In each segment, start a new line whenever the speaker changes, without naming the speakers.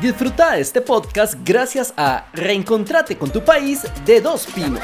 Disfruta de este podcast gracias a Reencontrate con tu país de dos pinos.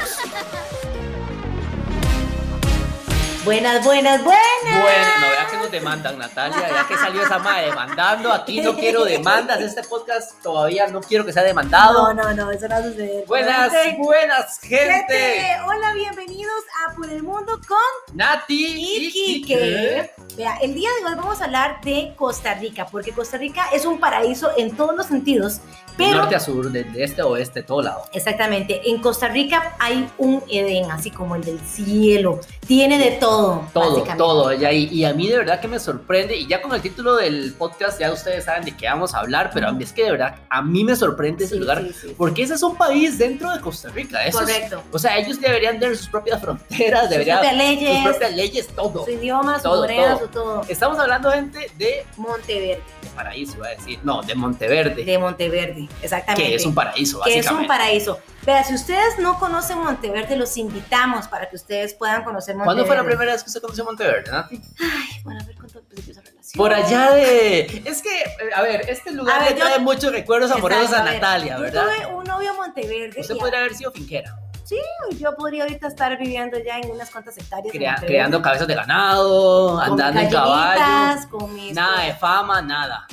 Buenas, buenas, buenas.
Bueno, no vea que nos demandan, Natalia. Vea que salió esa madre demandando. Aquí no quiero demandas. Este podcast todavía no quiero que sea demandado.
No, no, no, eso no sucede.
Buenas, buenas, gente.
Gente, hola, bienvenidos a Por el Mundo con
Nati y
Iquique. Vea, el día de hoy vamos a hablar de Costa Rica, porque Costa Rica es un paraíso en todos los sentidos,
De
pero...
norte a sur, de de este a oeste, todo lado.
Exactamente, en Costa Rica hay un Edén, así como el del cielo. Tiene de todo.
Todo,
básicamente.
todo. ya, Y, y a mí de verdad que me sorprende. Y ya con el título del podcast ya ustedes saben de qué vamos a hablar. Pero a mí es que de verdad a mí me sorprende ese
Sí,
lugar.
sí, sí.
Porque ese es un país dentro de Costa Rica. Eso es-
Correcto.
o sea, ellos deberían tener sus propias fronteras,
Sus
deberían
propias
sus
leyes,
propias leyes, todo.
su idioma, su
Todo,
moneda,
todo.
su todo.
Estamos hablando, gente, de,
Monteverde,
de paraíso, iba a decir. No, de Monteverde,
de Monteverde, exactamente.
que es un paraíso,
que es
básicamente.
un paraíso. Vea, si ustedes no conocen Monteverde, los invitamos para que ustedes puedan conocer Monteverde.
¿Cuándo fue la primera vez que usted conoció Monteverde, Nati?
Ay, bueno, a ver cuánto empezó esa relación.
Por allá de... Es que, eh, a ver, este lugar
A
le
ver, yo-
trae muchos recuerdos
Exacto,
amorosos a
ver,
Natalia, ¿verdad?
Yo tuve un novio Monteverde.
Usted
y
podría haber sido finquera,
ay, yo podría ahorita estar viviendo ya en unas cuantas hectáreas. en
crea-
Monteverde,
creando cabezas de ganado,
con este, mis
andando en caballo,
gallinitas, Con mis,
nada de fama, nada.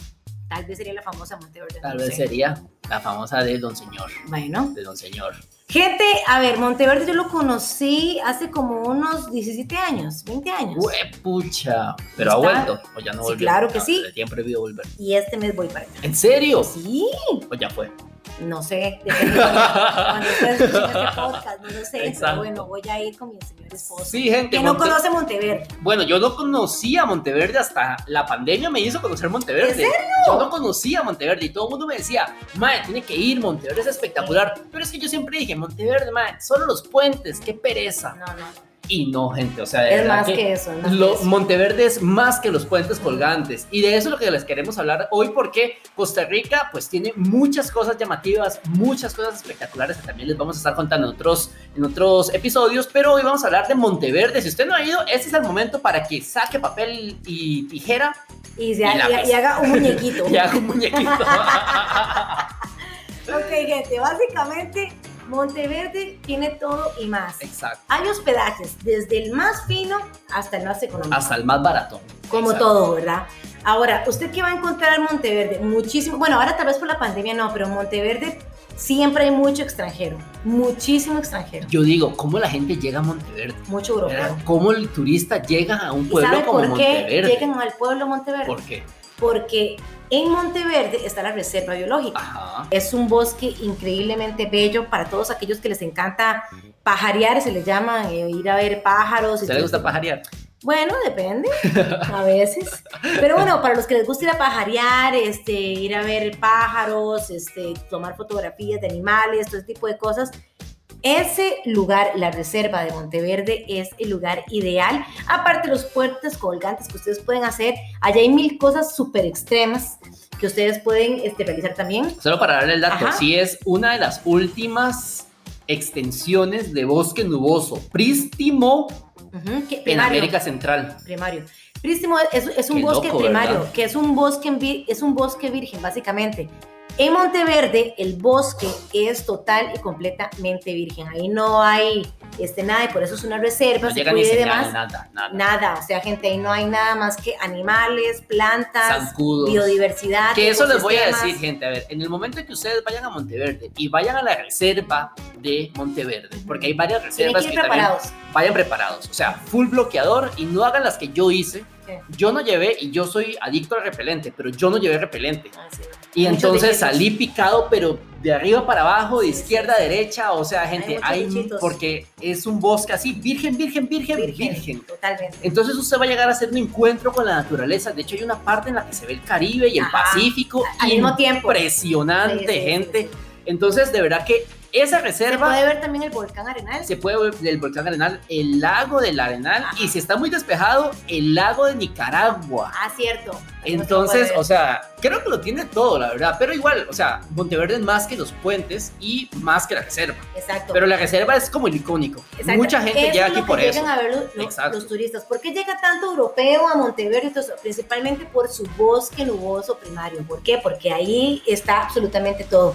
Tal vez sería la famosa Monteverde.
Tal
no
vez
sé.
sería la famosa de Don Señor,
Bueno,
de Don Señor.
gente, a ver, Monteverde yo lo conocí hace como unos 17 años, 20 años.
pucha! Pero ha
Está-
vuelto, o ya no
Sí,
volvió.
claro que
Ya,
sí.
Le tienen prohibido volver.
Y este mes voy para allá.
¿En serio?
Sí,
Pues ya fue.
no sé, depende de cuando ustedes escuchen este podcast, no lo sé,
Exacto.
pero bueno, voy a ir con mi señor esposo.
Sí, gente.
que no
Monte-
conoce Monteverde.
Bueno, yo no conocía Monteverde hasta la pandemia me hizo conocer Monteverde.
¿En serio?
Yo no conocía Monteverde y todo el mundo me decía, madre, tiene que ir, Monteverde es espectacular. Pero es que yo siempre dije, Monteverde, madre, solo los puentes, qué pereza.
No, no,
Y no, gente, o sea, de
es
verdad
más
que
que, eso. es más
Lo-
que eso.
Monteverde es más que los puentes colgantes y de eso es lo que les queremos hablar hoy porque Costa Rica pues tiene muchas cosas llamativas, muchas cosas espectaculares que también les vamos a estar contando en otros, en otros episodios, pero hoy vamos a hablar de Monteverde. Si usted no ha ido, este es el momento para que saque papel y tijera
Y, se
y
ha- y-
lápiz.
y haga un muñequito.
y haga un muñequito.
ok, gente, básicamente Monteverde tiene todo y más.
Exacto.
Hay hospedajes, desde el más fino hasta el más económico.
Hasta el más barato.
como
Exacto.
todo, ¿verdad? Ahora, ¿usted qué va a encontrar en Monteverde? Muchísimo, bueno, ahora tal vez por la pandemia no, pero en Monteverde siempre hay mucho extranjero, muchísimo extranjero,
Yo digo, ¿cómo la gente llega a Monteverde?
mucho europeo.
¿Cómo el turista llega a un
¿Y sabe
pueblo como
por qué
Monteverde?
llegan al pueblo Monteverde?
¿Por qué?
Porque en Monteverde está la reserva biológica.
Ajá.
Es un bosque increíblemente bello para todos aquellos que les encanta pajarear, se les llama eh, ir a ver pájaros. y
¿Usted le
todo
gusta
eso.
pajarear?
Bueno, depende, a veces. Pero bueno, para los que les gusta ir a pajarear, este, ir a ver pájaros, este, tomar fotografías de animales, todo ese tipo de cosas, ese lugar, la reserva de Monteverde, es el lugar ideal. Aparte los puertas colgantes que ustedes pueden hacer, allá hay mil cosas súper extremas que ustedes pueden este, realizar también.
Solo para darle el dato,
Ajá.
sí es una de las últimas extensiones de bosque nuboso, prístimo
Ujú, que-
en
primario,
América Central.
primario. Prístimo es, es un
Qué
bosque
loco,
primario,
¿verdad?
que es un bosque, en vi- es un bosque virgen, básicamente. En Monteverde, el bosque es total y completamente virgen. Ahí no hay este, nada y por eso es una reserva,
No
se
llega ni
cuida y
señal,
demás.
nada, nada.
Nada, o sea, gente, ahí no hay nada más que animales, plantas,
zancudos.
biodiversidad.
Que eso les voy a
ecosistemas.
decir, gente. A ver, en el momento en que ustedes vayan a Monteverde y vayan a la reserva de Monteverde, porque hay varias
Tienen
reservas
que ir
que también
preparados.
vayan preparados. O sea, full bloqueador y no hagan las que yo hice.
Sí.
Yo no llevé, y yo soy adicto al repelente, pero yo no llevé repelente.
Ah, sí.
Y
Muchos
entonces
bichitos.
salí picado, pero de arriba para abajo, de
Sí, sí,
izquierda a derecha, o sea, gente,
muchos
hay,
bichitos.
porque es un bosque así, virgen, virgen, virgen, virgen.
Totalmente.
Entonces usted va a llegar a hacer un encuentro con la naturaleza. De hecho, hay una parte en la que se ve el Caribe y el
Ajá.
Pacífico.
Al mismo tiempo.
Impresionante,
Sí, sí, sí,
gente.
sí.
Entonces, de verdad que esa
Se
reserva
puede ver también el volcán Arenal.
se puede ver del volcán Arenal, el lago del Arenal
Ajá.
y si está muy despejado, el lago de Nicaragua.
Ah, cierto.
Entonces, o
o sea...
sea, creo que lo tiene todo, la verdad, pero igual, o sea, Monteverde es más que los puentes y más que la reserva.
Exacto.
Pero la reserva es como el icónico.
Exacto.
Mucha gente
Eso
llega
es lo
aquí
que
por eso.
Llegan a ver los, los-
Exacto.
los turistas. ¿Por qué llega tanto europeo a Monteverde? Entonces, principalmente por su bosque nuboso primario. ¿Por qué? Porque ahí está absolutamente todo.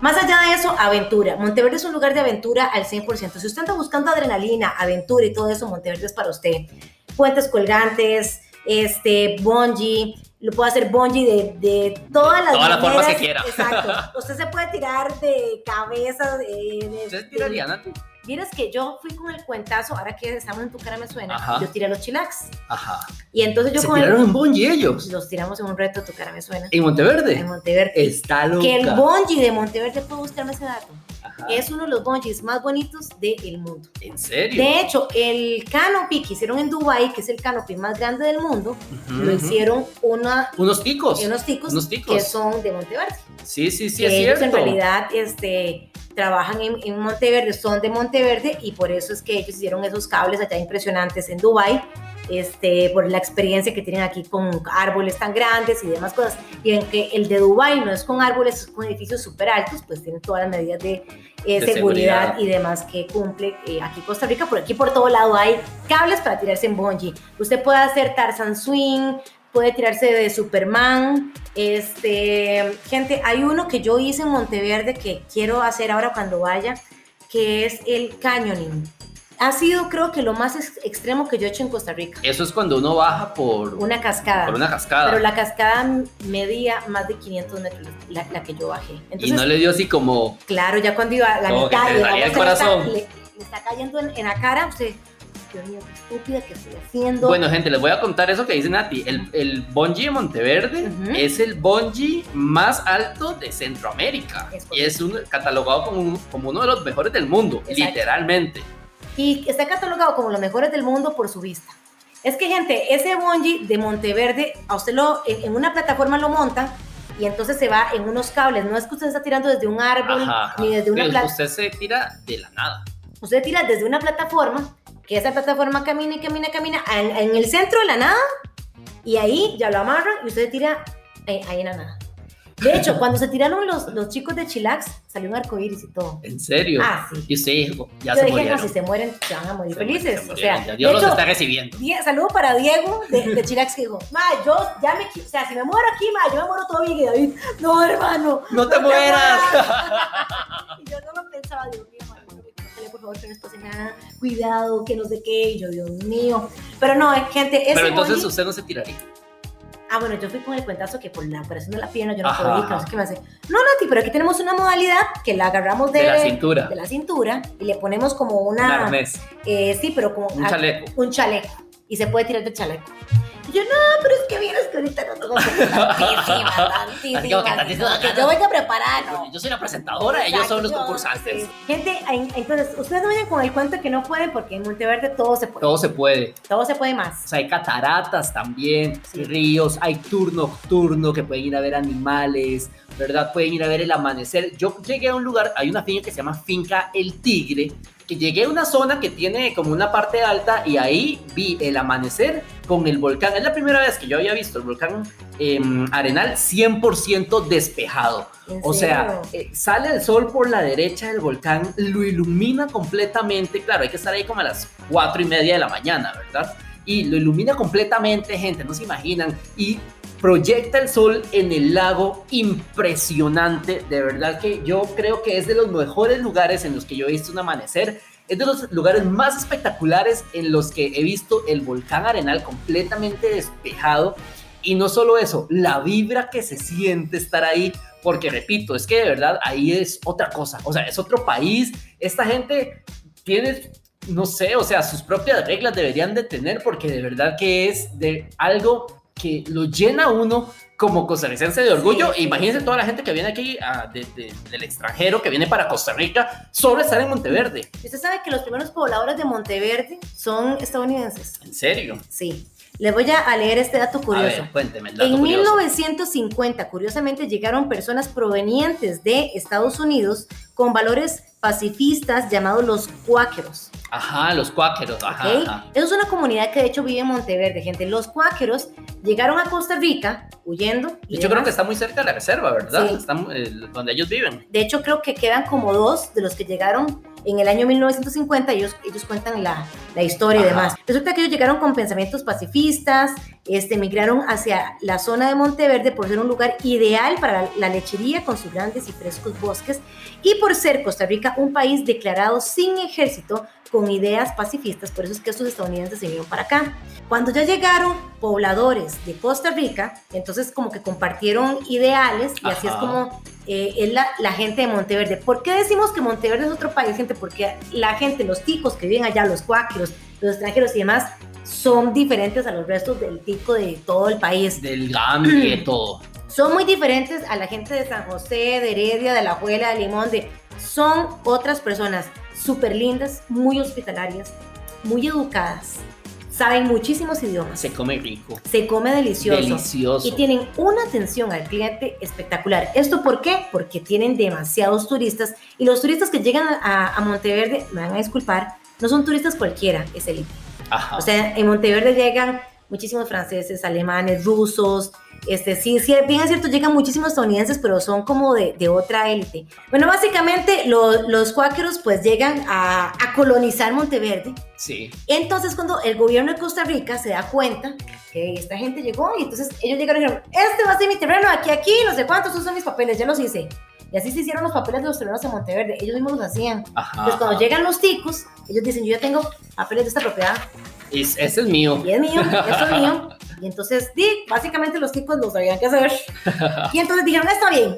Más allá de eso, aventura. Monteverde es un lugar de aventura al 100%. Si usted anda buscando adrenalina, aventura y todo eso, Monteverde es para usted. Puentes colgantes, este, bungee, lo puede hacer bungee de, de todas las
todas las formas que
maneras. Exacto. Usted se puede tirar de cabezas, eh, de,
¿Ustedes tirarían antes?
Vieras que yo fui con el cuentazo, ahora que estamos en tu cara me suena,
Ajá.
yo tiré los chilax.
Ajá.
Y entonces yo
Se
con el-
tiraron en Bonji ellos.
los tiramos en un reto, tu cara me suena,
En
en
Monteverde.
Monteverde.
Está loca.
Que el bungee de Monteverde, puedo buscarme ese dato,
Ajá.
es uno de los bungees más bonitos del mundo.
¿En serio?
De hecho, el canopy que hicieron en Dubai, que es el canopy más grande del mundo,
Ujú,
lo
ujú.
hicieron una,
Unos ticos.
unos ticos,
unos ticos.
que son de Monteverde.
Sí, sí, sí,
que
es
ellos
cierto.
en realidad este, trabajan en, en Monteverde, son de Monteverde y por eso es que ellos hicieron esos cables allá impresionantes en Dubai. Este, por la experiencia que tienen aquí con árboles tan grandes y demás cosas, y en que el de Dubai no es con árboles, es con edificios súper altos, pues tienen todas las medidas de, eh, seguridad,
seguridad.
y demás que cumple eh, aquí Costa Rica, por aquí por todo lado hay cables para tirarse en bungee, usted puede hacer Tarzan Swing, puede tirarse de Superman. Este, gente, hay uno que yo hice en Monteverde que quiero hacer ahora cuando vaya, que es el canyoning. Ha sido, creo que, lo más ex- extremo que yo he hecho en Costa Rica.
Eso es cuando uno baja por,
Una cascada.
por una cascada.
Pero la cascada medía más de 500 metros, la, la que yo bajé. Entonces,
y no le dio así como.
claro, ya cuando iba a la
Como que
mitad,
te
digamos,
salía el
que le está-
corazón.
Le, le está cayendo en, en la cara, usted, Dios mío, qué estúpida que estoy haciendo.
Bueno, gente, les voy a contar eso que dice Nati. El, el bungee de Monteverde
Ujú.
es el bungee más alto de Centroamérica.
Es correcto.
y es un- catalogado como, un- como uno de los mejores del mundo,
Exacto.
literalmente.
y está catalogado como los mejores del mundo por su vista. Es que, gente, ese bungee de Monteverde, a usted lo, en, en una plataforma lo montan y entonces se va en unos cables. No es que usted está tirando desde un árbol
Ajá, ajá.
ni desde una
Pero
plataforma.
Usted se tira de la nada.
Usted tira desde una plataforma, que esa plataforma camina y camina, camina en, en el centro de la nada y ahí ya lo amarran y usted tira eh, ahí en la nada. De hecho, cuando se tiraron los, los chicos de Chilax, salió un arcoíris y todo.
En serio.
Ah, sí.
Y usted dijo, ya
Yo
se
dije, no,
murieron.
si se mueren, se van a morir
Se murieron,
felices.
se
O
murieron,
sea,
ya
de
Dios los
hecho,
está recibiendo.
Die- saludo para Diego de, de Chilax que dijo, ma, yo ya me qui- o sea, si me muero aquí, ma, yo me muero todo bien. Y David, no, hermano.
¡No te mueras!
y yo no lo pensaba, Dios mío, ma, no me quiero, por favor, que no nos pase nada, cuidado, que no sé qué, y yo, Dios mío. Pero no, eh, gente, ese
Pero entonces
bungee-
usted no se tiraría.
Ah, bueno, yo fui con el cuentazo que por la operación de la pierna yo no
Ajá,
podía, que no sé qué me hace. No, Nati, pero aquí tenemos una modalidad que la agarramos de,
De la cintura.
de la cintura y le ponemos como
Un
una...
arnés.
eh, sí, pero como...
Un
ah,
chaleco.
un chaleco y se puede tirar de chaleco. Y yo, no, pero es que vieras que ahorita no tengo que tantísimas,
Así como que
tantísimas,
tantísimas
que yo voy a preparar, ¿no?
Yo soy la presentadora, ellos son los
Yo,
concursantes.
sí. Gente, en- entonces, ustedes no vayan con el cuento que no pueden porque en Monteverde todo se puede.
Todo se puede.
Todo se puede
O
más.
sea, hay cataratas también,
Sí.
ríos, hay tour nocturno que pueden ir a ver animales, ¿verdad? Pueden ir a ver el amanecer. Yo llegué a un lugar, hay una finca que se llama Finca El Tigre, que llegué a una zona que tiene como una parte alta y ahí vi el amanecer con el volcán. Es la primera vez que yo había visto el volcán em, Arenal 100% despejado.
en
O sea,
serio.
eh, sale el sol por la derecha del volcán, lo ilumina completamente. Claro, hay que estar ahí como a las cuatro y media de la mañana, ¿verdad? Y lo ilumina completamente, gente, no se imaginan. Y proyecta el sol en el lago, impresionante. De verdad que yo creo que es de los mejores lugares en los que yo he visto un amanecer. Es de los lugares más espectaculares en los que he visto el volcán Arenal completamente despejado. Y no solo eso, la vibra que se siente estar ahí, porque repito, es que de verdad ahí es otra cosa, o sea, es otro país, esta gente tiene, no sé, o sea, sus propias reglas deberían de tener, porque de verdad que es de algo que lo llena a uno como costarricense de orgullo.
Sí.
Imagínense toda la gente que viene aquí ah, de- de- del extranjero, que viene para Costa Rica, solo estar en Monteverde,
Y Usted sabe que los primeros pobladores de Monteverde son estadounidenses.
en serio.
Sí. Les voy a a leer este dato curioso.
A ver, cuénteme el dato
En
curioso.
1950, curiosamente, llegaron personas provenientes de Estados Unidos con valores pacifistas llamados los cuáqueros.
Ajá, los cuáqueros, ajá,
¿ok?
ajá.
Eso es una comunidad que de hecho vive en Monteverde, gente. Los cuáqueros llegaron a Costa Rica huyendo. y
De hecho, creo
demás.
que está muy cerca de la reserva, ¿verdad?
Sí.
Están, eh, donde ellos viven.
De hecho, creo que quedan como dos de los que llegaron en el año 1950. Ellos, ellos cuentan la, la historia y
Ajá.
demás. Resulta que ellos llegaron con pensamientos pacifistas, este, migraron hacia la zona de Monteverde por ser un lugar ideal para la, la lechería con sus grandes y frescos bosques y por ser Costa Rica un país declarado sin ejército con ideas pacifistas, por eso es que estos estadounidenses se vinieron para acá. Cuando ya llegaron pobladores de Costa Rica, entonces como que compartieron ideales y así es
Ajá.
como eh, es la, la gente de Monteverde. ¿Por qué decimos que Monteverde es otro país, gente? Porque la gente, los ticos que viven allá, los cuáqueros, los extranjeros y demás, son diferentes a los restos del tico de todo el país.
Del Gambia, todo.
Son muy diferentes a la gente de San José, de Heredia, de La Juela, de Limón, de... Son otras personas súper lindas, muy hospitalarias, muy educadas, saben muchísimos idiomas,
Se come rico.
se come delicioso.
Delicioso.
Y tienen una atención al cliente espectacular. ¿Esto por qué? Porque tienen demasiados turistas y los turistas que llegan a, a Monteverde, me van a disculpar, no son turistas cualquiera, es el
Ajá.
o sea, en Monteverde llegan muchísimos franceses, alemanes, rusos. Este, sí, sí, bien es cierto, llegan muchísimos estadounidenses, pero son como de, de otra élite. Bueno, básicamente lo- los cuáqueros pues llegan a, a colonizar Monteverde.
sí.
Entonces cuando el gobierno de Costa Rica se da cuenta que esta gente llegó y entonces ellos llegaron y dijeron, este va a ser mi terreno, aquí, aquí, no sé cuántos, estos son mis papeles, ya los hice. Y así se hicieron los papeles de los terrenos de Monteverde, ellos mismos los hacían.
Ajá.
Entonces Pues cuando llegan los ticos, ellos dicen, yo ya tengo papeles de esta propiedad,
Es- ese es mío.
y es mío, eso es mío. Y entonces, di, básicamente los chicos lo sabían qué hacer. Y entonces dijeron, está bien,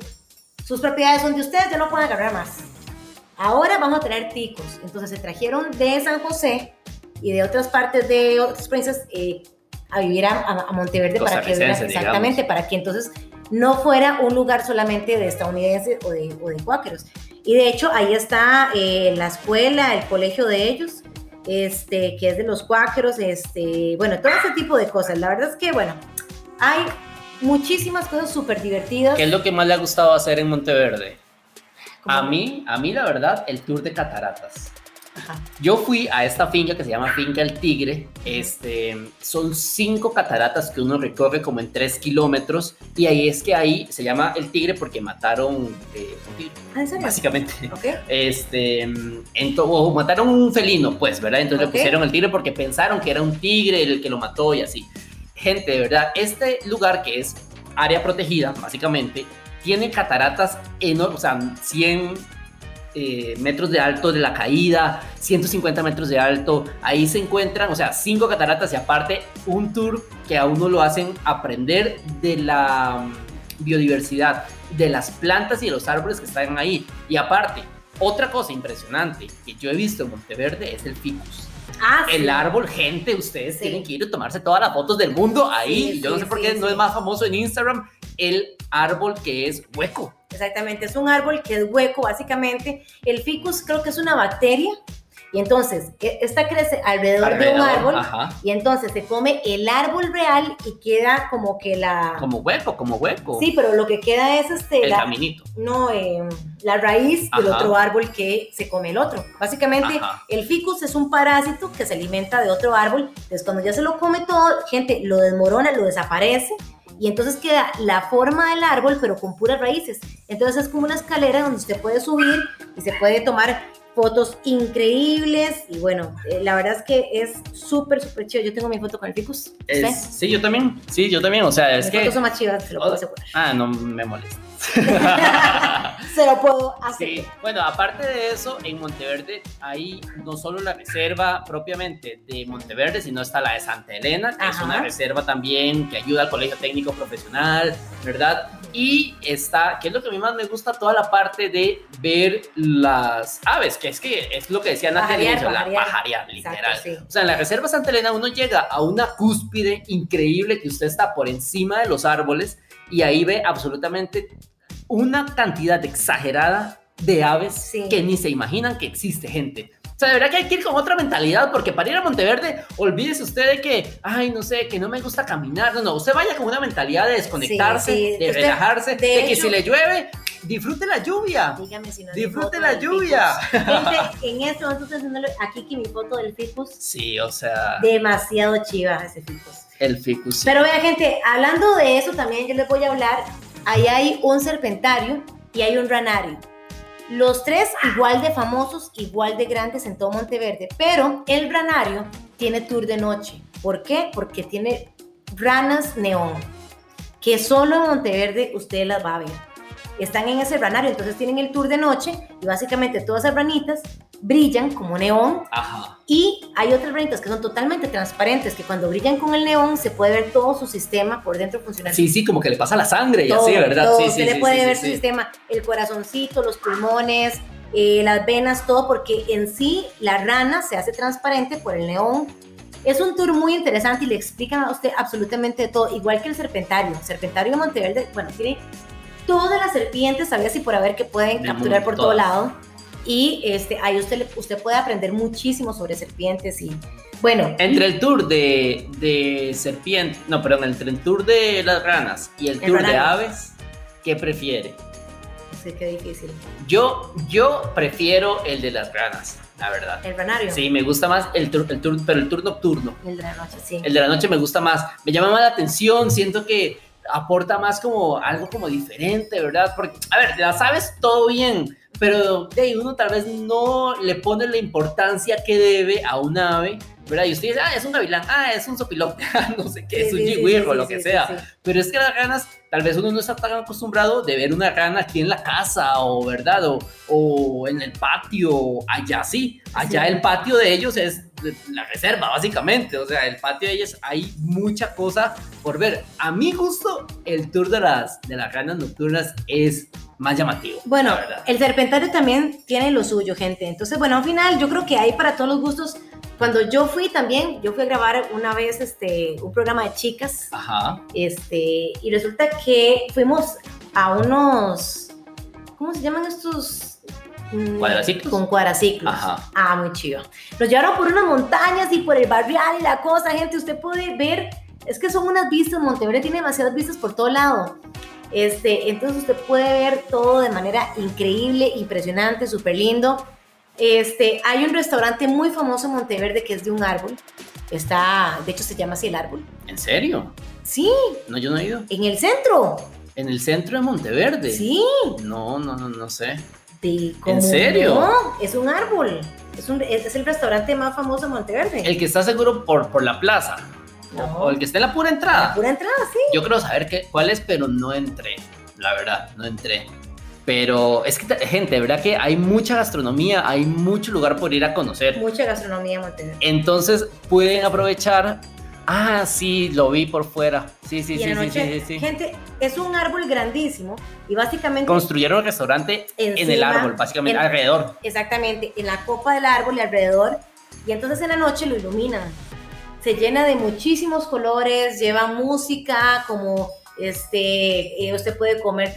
sus propiedades son de ustedes, ya no pueden agarrar más. Ahora vamos a traer ticos. Entonces se trajeron de San José y de otras partes de otras provincias eh, a vivir a, a- a Monteverde para que
Costarricenses, digamos.
exactamente, para que entonces no fuera un lugar solamente de estadounidenses o de, o de cuáqueros. Y de hecho ahí está eh, la escuela, el colegio de ellos, este, que es de los cuáqueros, este, bueno, todo ese tipo de cosas. La verdad es que, bueno, hay muchísimas cosas súper divertidas.
¿Qué es lo que más le ha gustado hacer en Monteverde?
Como-
A mí, a mí la verdad, el tour de cataratas.
Ajá.
Yo fui a esta finca que se llama Finca El Tigre. Este, son cinco cataratas que uno recorre como en tres kilómetros. Y ahí es que ahí se llama El Tigre porque mataron eh, un tigre,
Ah, ¿En serio?
básicamente.
¿Ok?
Este, en to- o mataron un felino, pues, ¿verdad? Entonces
Ok.
le pusieron el tigre porque pensaron que era un tigre el que lo mató y así. Gente, de verdad, este lugar que es área protegida, básicamente, tiene cataratas enormes, o sea, 100 eh, metros de alto de la caída, 150 metros de alto. Ahí se encuentran, o sea, cinco cataratas y aparte un tour que a uno lo hacen aprender de la mm, biodiversidad, de las plantas y de los árboles que están ahí. Y aparte, otra cosa impresionante que yo he visto en Monteverde es el ficus.
Ah, sí.
El árbol, gente, ustedes
Sí.
tienen que ir a tomarse todas las fotos del mundo ahí.
Sí,
yo no
sí,
sé por
sí,
qué no
sí.
es más famoso en Instagram el árbol que es hueco.
Exactamente, es un árbol que es hueco, básicamente. El ficus creo que es una bacteria. Y entonces, e- esta crece alrededor, de un
Alrededor,
árbol.
Ajá.
Y entonces se come el árbol real y queda como que la.
Como hueco, como hueco.
Sí, pero lo que queda es este,
el
la,
caminito.
no, eh, la raíz del
Ajá.
otro árbol que se come el otro. Básicamente,
Ajá.
el ficus es un parásito que se alimenta de otro árbol. Entonces, cuando ya se lo come todo, gente lo desmorona, lo desaparece. Y entonces queda la forma del árbol, pero con puras raíces. Entonces, es como una escalera donde usted puede subir y se puede tomar fotos increíbles. Y bueno, eh, la verdad es que es súper, súper chido. Yo tengo mi foto con el ficus. ¿Usted?
Es- sí, yo también. Sí, yo también. O sea, es
Mis
que.
fotos son más chivas, se lo puedo asegurar.
Ah, no me molesta.
Se lo puedo
Sí,
hacer.
bueno, aparte de eso, en Monteverde hay no solo la reserva propiamente de Monteverde, sino está la de Santa Elena, que es
Ajá.
una reserva también que ayuda al colegio técnico profesional, ¿verdad? Y está, que es lo que a mí más me gusta, toda la parte de ver las aves, que es que es lo que decía Natalia, al
Pajarear,
inicio, la
pajarear.
pajarear,
Exacto,
literal.
sí.
O sea, en la Reserva Santa Elena uno llega a una cúspide increíble que usted está por encima de los árboles y ahí ve absolutamente una cantidad exagerada de aves
Sí.
que ni se imaginan que existe gente. O sea, de verdad que hay que ir con otra mentalidad porque para ir a Monteverde, olvídese usted de que, ay, no sé, que no me gusta caminar. No, no, usted vaya con una mentalidad de desconectarse,
sí.
de
Usted,
relajarse,
de
de, que
hecho-
si le llueve, disfrute la lluvia.
Dígame si no es mi
Disfrute
foto
la
del
lluvia.
ficus. Gente, en este momento estoy haciéndole aquí que mi foto del ficus.
Sí, o sea,
Demasiado chiva ese ficus.
el ficus.
Pero vea, gente, hablando de eso también yo les voy a hablar. Ahí hay un serpentario y hay un ranario. Los tres igual de famosos, igual de grandes en todo Monteverde, pero el ranario tiene tour de noche. ¿Por qué? Porque tiene ranas neón, que solo en Monteverde usted las va a ver. Están en ese ranario, entonces tienen el tour de noche y básicamente todas esas ranitas brillan como neón
Ajá.
y hay otras ranitas que son totalmente transparentes, que cuando brillan con el neón se puede ver todo su sistema por dentro funcionando.
Sí, sí, como que le pasa la sangre y
Todo,
así, ¿verdad?
todo.
sí, sí,
Usted le
sí,
puede
sí,
ver
sí,
su
sí.
sistema, el corazoncito, los pulmones, eh, las venas, todo, porque en sí la rana se hace transparente por el neón. Es un tour muy interesante y le explican a usted absolutamente todo, igual que el serpentario. El serpentario de Monteverde, bueno, tiene todas las serpientes, sabía si por haber que pueden
Del
capturar
mundo,
por todo
todas.
lado. Y este, ahí usted, le- usted puede aprender muchísimo sobre serpientes y, bueno,
Entre el tour de, de serpiente, no, perdón, entre el tour de las ranas y el,
El
tour de
ranario.
aves, ¿qué prefiere?
sí, qué difícil.
Yo, yo prefiero el de las ranas, la verdad.
El ranario.
Sí, me gusta más el tour, el tour, pero el tour nocturno.
El de la noche, sí.
El de la noche me gusta más, me llama más la atención, siento que aporta más como algo como diferente, ¿verdad? Porque, a ver, de las aves todo bien, pero de uno tal vez no le pone la importancia que debe a un ave, ¿verdad? Y usted dice, ah, es un gavilán, ah, es un sopilote, ah, no sé qué, es
Sí,
un
sí, sí,
jigwir
sí,
o
sí,
lo
sí,
que
sí,
sea.
sí.
Pero es que las ranas, tal vez uno no está tan acostumbrado de ver una rana aquí en la casa, o verdad, o, o en el patio, allá sí, allá
Sí.
el patio de ellos es la reserva, básicamente. O sea, el patio de ellos hay mucha cosa por ver. A mi gusto, el tour de las, de las ranas nocturnas es más llamativo.
Bueno,
la verdad.
el serpentario también tiene lo suyo, gente. Entonces, bueno, al final yo creo que hay para todos los gustos. Cuando yo fui también, yo fui a grabar una vez este, un programa de chicas
Ajá.
este, y resulta que fuimos a unos, ¿cómo se llaman estos? Mm,
¿Cuadraciclos?
Con
Pues,
cuadraciclos.
Ajá.
Ah, muy chido. Nos llevaron por unas montañas y por el barrial y la cosa, gente. Usted puede ver, es que son unas vistas, Monteverde tiene demasiadas vistas por todo lado. Este, entonces usted puede ver todo de manera increíble, impresionante, súper lindo. Este, hay un restaurante muy famoso en Monteverde que es de un árbol. Está, de hecho se llama así el árbol.
¿En serio?
Sí,
No, yo no he ido.
en el centro.
En el centro de Monteverde.
Sí.
No, no, no, no sé.
De, como-
serio?
No, es un árbol. Es, un- es- es el restaurante más famoso de Monteverde.
El que está seguro por, por la plaza.
No.
O el que está en la pura entrada.
La pura entrada, sí.
Yo creo saber qué, cuál es, pero no entré. La verdad, no entré. Pero es que, te- gente, de verdad que hay mucha gastronomía, hay mucho lugar por ir a conocer.
Mucha gastronomía en Monteverde.
Entonces, pueden aprovechar. Ah, sí, lo vi por fuera. Sí, sí,
y en
sí,
la
sí,
noche,
sí, sí, sí.
gente, es un árbol grandísimo y básicamente
Construyeron el restaurante en el
encima-
árbol, básicamente,
en-
alrededor.
Exactamente, en la copa del árbol y alrededor. Y entonces en la noche lo iluminan. Se llena de muchísimos colores, lleva música, como este, eh, usted puede comer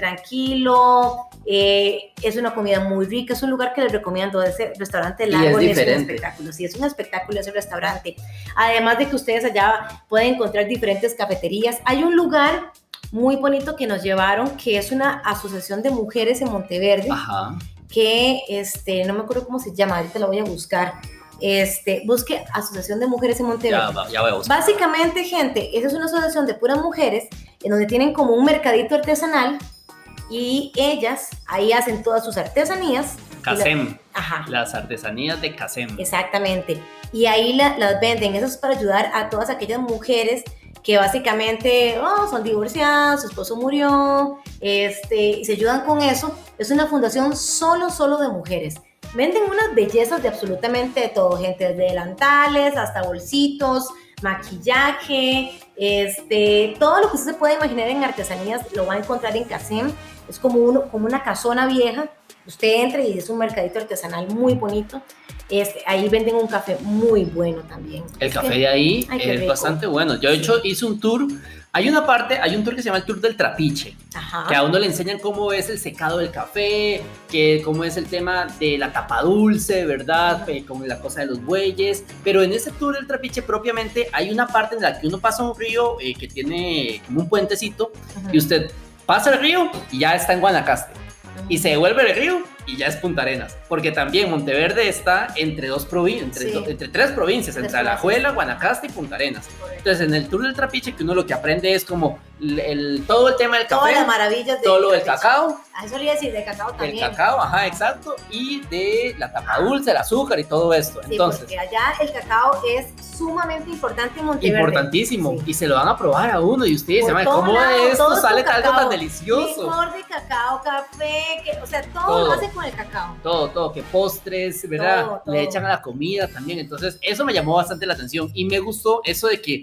tranquilo. eh, es una comida muy rica, es un lugar que les recomiendo. Ese restaurante del
Y es
árbol es, un
diferente.
espectáculo. Sí, es un espectáculo ese restaurante. Además de que ustedes allá pueden encontrar diferentes cafeterías. Hay un lugar muy bonito que nos llevaron, que es una asociación de mujeres en Monteverde
Ajá.
que este, no me acuerdo cómo se llama, ahorita la voy a buscar. Este, busque Asociación de Mujeres en
Ya,
Monteverde.
va- ya voy a buscar.
Básicamente, gente, esa es una asociación de puras mujeres en donde tienen como un mercadito artesanal y ellas ahí hacen todas sus artesanías.
Casem,
Ajá,
las artesanías de Casem.
exactamente. Y ahí la- las venden. Eso es para ayudar a todas aquellas mujeres que básicamente oh, son divorciadas, su esposo murió, este, y se ayudan con eso. Es una fundación solo, solo de mujeres. Venden unas bellezas de absolutamente de todo, gente, desde delantales hasta bolsitos, maquillaje, este, todo lo que usted se puede imaginar en artesanías lo va a encontrar en Casem. Es como, uno, como una casona vieja. Usted entra y es un mercadito artesanal muy bonito. Este, ahí venden un café muy bueno también.
El
Es
café
que-
de ahí
Ay, qué
es
rico.
bastante bueno. Yo, de hecho, hice un tour. Hay una parte, hay un tour que se llama el Tour del Trapiche.
Ajá.
que a uno le enseñan cómo es el secado del café, que cómo es el tema de la tapa dulce, ¿verdad? Eh, como la cosa de los bueyes, pero en ese tour del trapiche propiamente hay una parte en la que uno pasa un río eh, que tiene como un puentecito
Ujú.
y usted pasa el río y ya está en Guanacaste. y se devuelve el río y ya es Punta Arenas. Porque también Monteverde está entre dos provincias, entre,
Sí.
do- entre tres provincias,
Tres
entre Alajuela, Guanacaste y Punta Arenas. Entonces, en el Tour del Trapiche, que uno lo que aprende es como el, el- todo el tema del
Todas las
café,
maravillas de
todo lo del cacao,
Ah, eso le iba a decir, de cacao
del
también.
cacao, ajá, exacto, y de la tapa dulce, el azúcar y todo esto.
Sí,
Entonces,
porque allá el cacao es sumamente importante en Monteverde.
importantísimo.
Sí.
Y se lo van a probar a uno y ustedes
Por
dicen, "Mae,
todo
¿cómo
lado,
de esto
todo es
sale
con
algo
cacao.
tan delicioso?
Licor de cacao, café, que, o sea, todo,
Todo.
lo hace con el cacao.
todo, todo, que postres, ¿verdad?
Todo, todo.
Le echan a la comida también. Entonces, eso me llamó bastante la atención y me gustó eso de que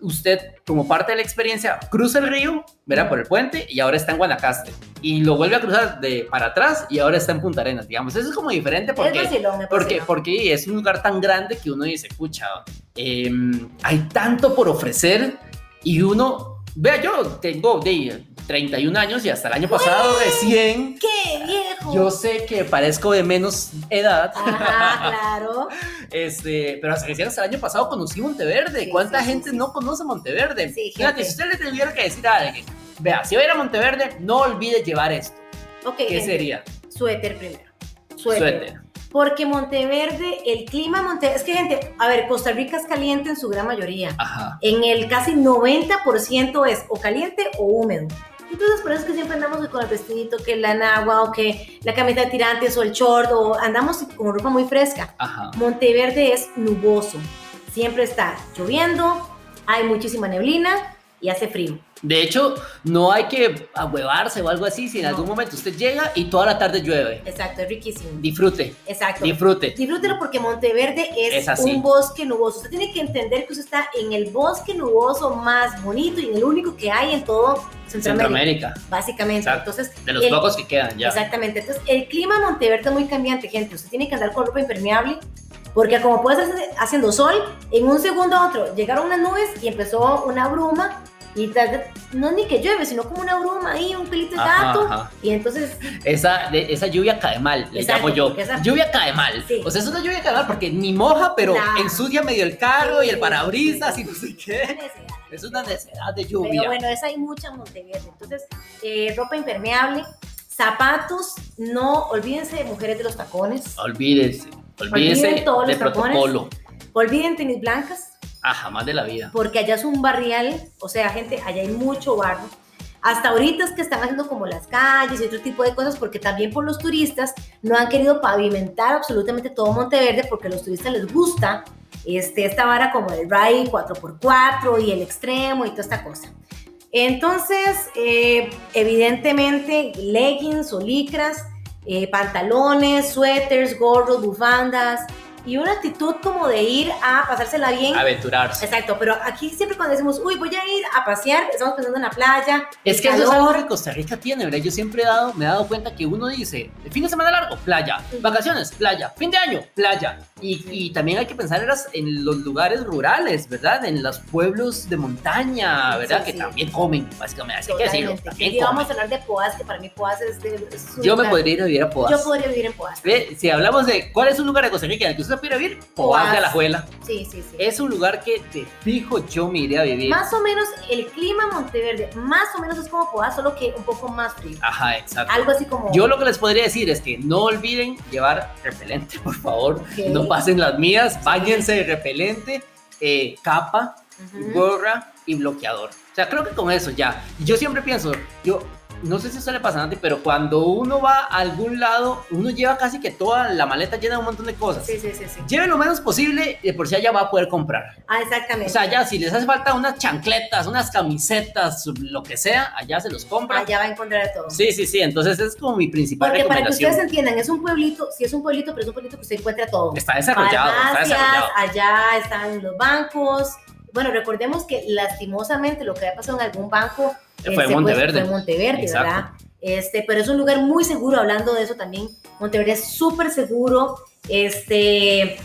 usted, como parte de la experiencia, cruza el río, ¿verdad? Por el puente y ahora está en Guanacaste. Y lo vuelve a cruzar de para atrás y ahora está en Punta Arenas, digamos. Eso es como diferente
Es
porque...
vacilón, es
Porque,
vacilón.
porque es un lugar tan grande que uno dice, pucha, em, hay tanto por ofrecer y uno, vea, yo tengo de 31 años y hasta el año pasado recién
¡Qué viejo!
yo sé que parezco de menos edad,
Ajá, claro.
este, pero hasta recién hasta el año pasado conocí Monteverde.
Sí,
¿Cuánta
sí, sí,
gente
sí.
no conoce Monteverde?
Sí,
Fíjate,
gente.
si usted le tuviera que decir a alguien, vea, si va a ir a Monteverde, no olvide llevar esto.
Ok,
¿Qué
gente,
sería?
Suéter primero. Suéter.
Suéter.
Porque Monteverde, el clima de Monteverde, es que gente, a ver, Costa Rica es caliente en su gran mayoría.
Ajá.
En el casi 90% es o caliente o húmedo. Entonces, por eso es que siempre andamos con el vestidito, que la nagua, o que la camisa de tirantes, o el short, o andamos con ropa muy fresca.
Ajá.
Monteverde es nuboso. Siempre está lloviendo, hay muchísima neblina y hace frío.
De hecho, no hay que ahuevarse o algo así si en
No.
algún momento usted llega y toda la tarde llueve.
Exacto, es riquísimo.
Disfrute,
Exacto.
disfrute.
Disfrútelo porque Monteverde es,
Es así.
un bosque nuboso. Usted tiene que entender que usted está en el bosque nuboso más bonito y en el único que hay en todo Centroamérica,
Centroamérica,
básicamente.
Exacto.
Entonces,
de los
el-
pocos que quedan ya.
Exactamente. Entonces, el clima en Monteverde es muy cambiante, gente. Usted tiene que andar con ropa impermeable. Porque como puedes hacer haciendo sol, en un segundo a otro llegaron unas nubes y empezó una bruma. Y tal- no es ni que llueve, sino como una bruma ahí, un pelito de
Ajá,
gato.
ajá.
Y entonces,
Esa, de- esa lluvia cae mal, le
Exacto,
llamo yo.
porque esa-
Lluvia cae mal.
Sí.
O sea, es una lluvia cae mal porque ni moja, pero
Nah.
ensucia medio el carro y
Sí,
el parabrisas
sí,
y no sé
¿qué
qué.
necesidad?
Es una necesidad de
Pero
lluvia.
bueno, esa hay mucha en Monteverde. Entonces, eh, ropa impermeable, zapatos, no olvídense de mujeres de los tacones,
Olvídese, olvídese
Olviden todos
de
los tapones.
protocolo.
olviden tenis blancas,
Ah, jamás de la vida.
porque allá es un barrial, o sea, gente, allá hay mucho barro. Hasta ahorita es que están haciendo como las calles y otro tipo de cosas, porque también por los turistas no han querido pavimentar absolutamente todo Monteverde, porque a los turistas les gusta este, esta vara como el ride 4x4 y el extremo y toda esta cosa. Entonces, eh, evidentemente, leggings o licras, eh, pantalones, suéteres, gorros, bufandas y una actitud como de ir a pasársela bien.
Aventurarse.
Exacto, pero aquí siempre cuando decimos, uy, voy a ir a pasear, estamos pensando en la playa.
Es que eso es
calor.
algo que Costa Rica tiene, ¿verdad? Yo siempre he dado, me he dado cuenta que uno dice, fin de semana largo, playa,
Ujú.
vacaciones, playa, fin de año, playa. Y, y también hay que pensar en, las- en los lugares rurales, ¿verdad? En los pueblos de montaña, ¿verdad?
Sí,
que
sí.
también comen, básicamente, así que decirlo,
Totalmente.
también
Y vamos
comen.
a hablar de Poas, que para mí Poas es de... es un
Yo me
lugar-
podría ir a vivir a Poas.
Yo podría vivir en Poas.
Ve, Si hablamos de cuál es un lugar de Costa Rica en el que usted pudiera vivir, Poas
Poás.
de Alajuela.
Sí, sí, sí.
Es un lugar que te fijo yo me iré a vivir.
Más o menos el clima en Monteverde, más o menos es como Poas, solo que un poco más frío.
Ajá, exacto.
Algo así como...
Yo lo que les podría decir es que no olviden llevar repelente, por favor.
Ok.
No pasen las mías, báñense de repelente, eh, capa,
Ujú.
gorra y bloqueador. O sea, creo que con eso ya. Y Yo siempre pienso, yo no sé si eso le pasa a Nati, pero cuando uno va a algún lado, uno lleva casi que toda la maleta llena de un montón de cosas.
Sí, sí, sí, sí.
Lleven lo menos posible y de por si allá va a poder comprar.
Ah, exactamente.
O sea, ya si les hace falta unas chancletas, unas camisetas, lo que sea, allá se los compran.
Allá va a encontrar de todo.
Sí, sí, sí. Entonces es como mi principal
Porque para que
recomendación.
ustedes entiendan, es un pueblito, sí es un pueblito, pero es un pueblito que usted encuentra todo.
Está desarrollado, está
farmacias,
desarrollado.
allá están los bancos. Bueno, recordemos que lastimosamente lo que había pasado en algún banco
Fue
eh,
en
se
Monteverde.
Fue en Monteverde,
Exacto.
¿verdad? Este, pero es un lugar muy seguro, hablando de eso también. Monteverde es súper seguro. Este,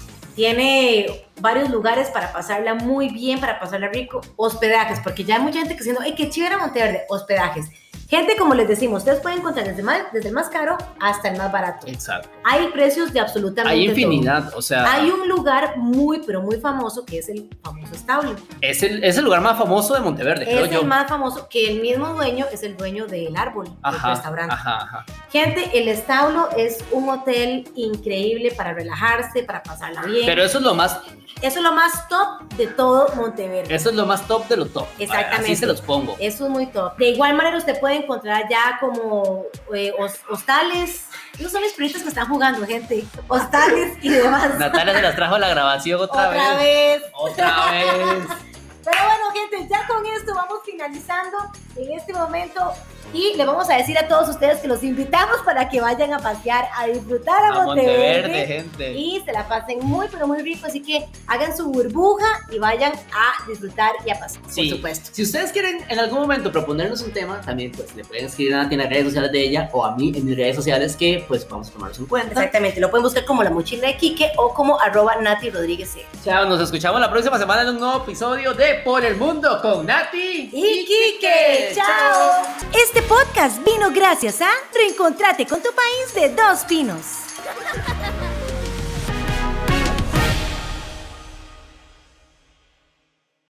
tiene varios lugares para pasarla muy bien, para pasarla rico. Hospedajes, porque ya hay mucha gente que diciendo, ¡ay, qué chévere Monteverde! Hospedajes. Gente, como les decimos, ustedes pueden encontrar desde, más- desde el más caro hasta el más barato.
Exacto.
Hay precios de absolutamente
Hay
todo.
infinidad, o sea,
Hay un lugar muy, pero muy famoso que es el famoso establo.
es, el, es el lugar más famoso de Monteverde, creo
Es
yo.
el más famoso que el mismo dueño es el dueño del árbol, del restaurante.
Ajá, ajá.
Gente, el establo es un hotel increíble para relajarse, para pasarla bien.
Pero eso es lo más,
Eso es lo más top de todo Monteverde.
eso es lo más top de lo top.
Exactamente.
Así se los pongo.
Eso es muy top. De igual manera, usted puede encontrar ya como eh, hos- hostales. Esos son los perritos que están jugando, gente. Hostales y demás.
Natalia se las trajo a la grabación otra,
Otra, vez.
Otra vez.
Pero bueno, gente, ya con esto vamos finalizando en este momento. Y le vamos a decir a todos ustedes que los invitamos para que vayan a pasear, a disfrutar a,
A
Monteverde.
Monteverde, gente.
Y se la pasen muy, pero muy rico. Así que hagan su burbuja y vayan a disfrutar y a pasar,
Sí.
por supuesto.
Si ustedes quieren en algún momento proponernos un tema, también pues le pueden escribir a Nati en las redes sociales de ella o a mí en mis redes sociales que pues vamos a tomarnos en cuenta.
Exactamente, lo pueden buscar como la mochila de Quique o como arroba Nati Rodríguez C.
Chao, nos escuchamos la próxima semana en un nuevo episodio de Por el Mundo con Nati
Y
Eh,
Quique, chao. Este podcast vino gracias a Reencontrate con tu país de dos pinos.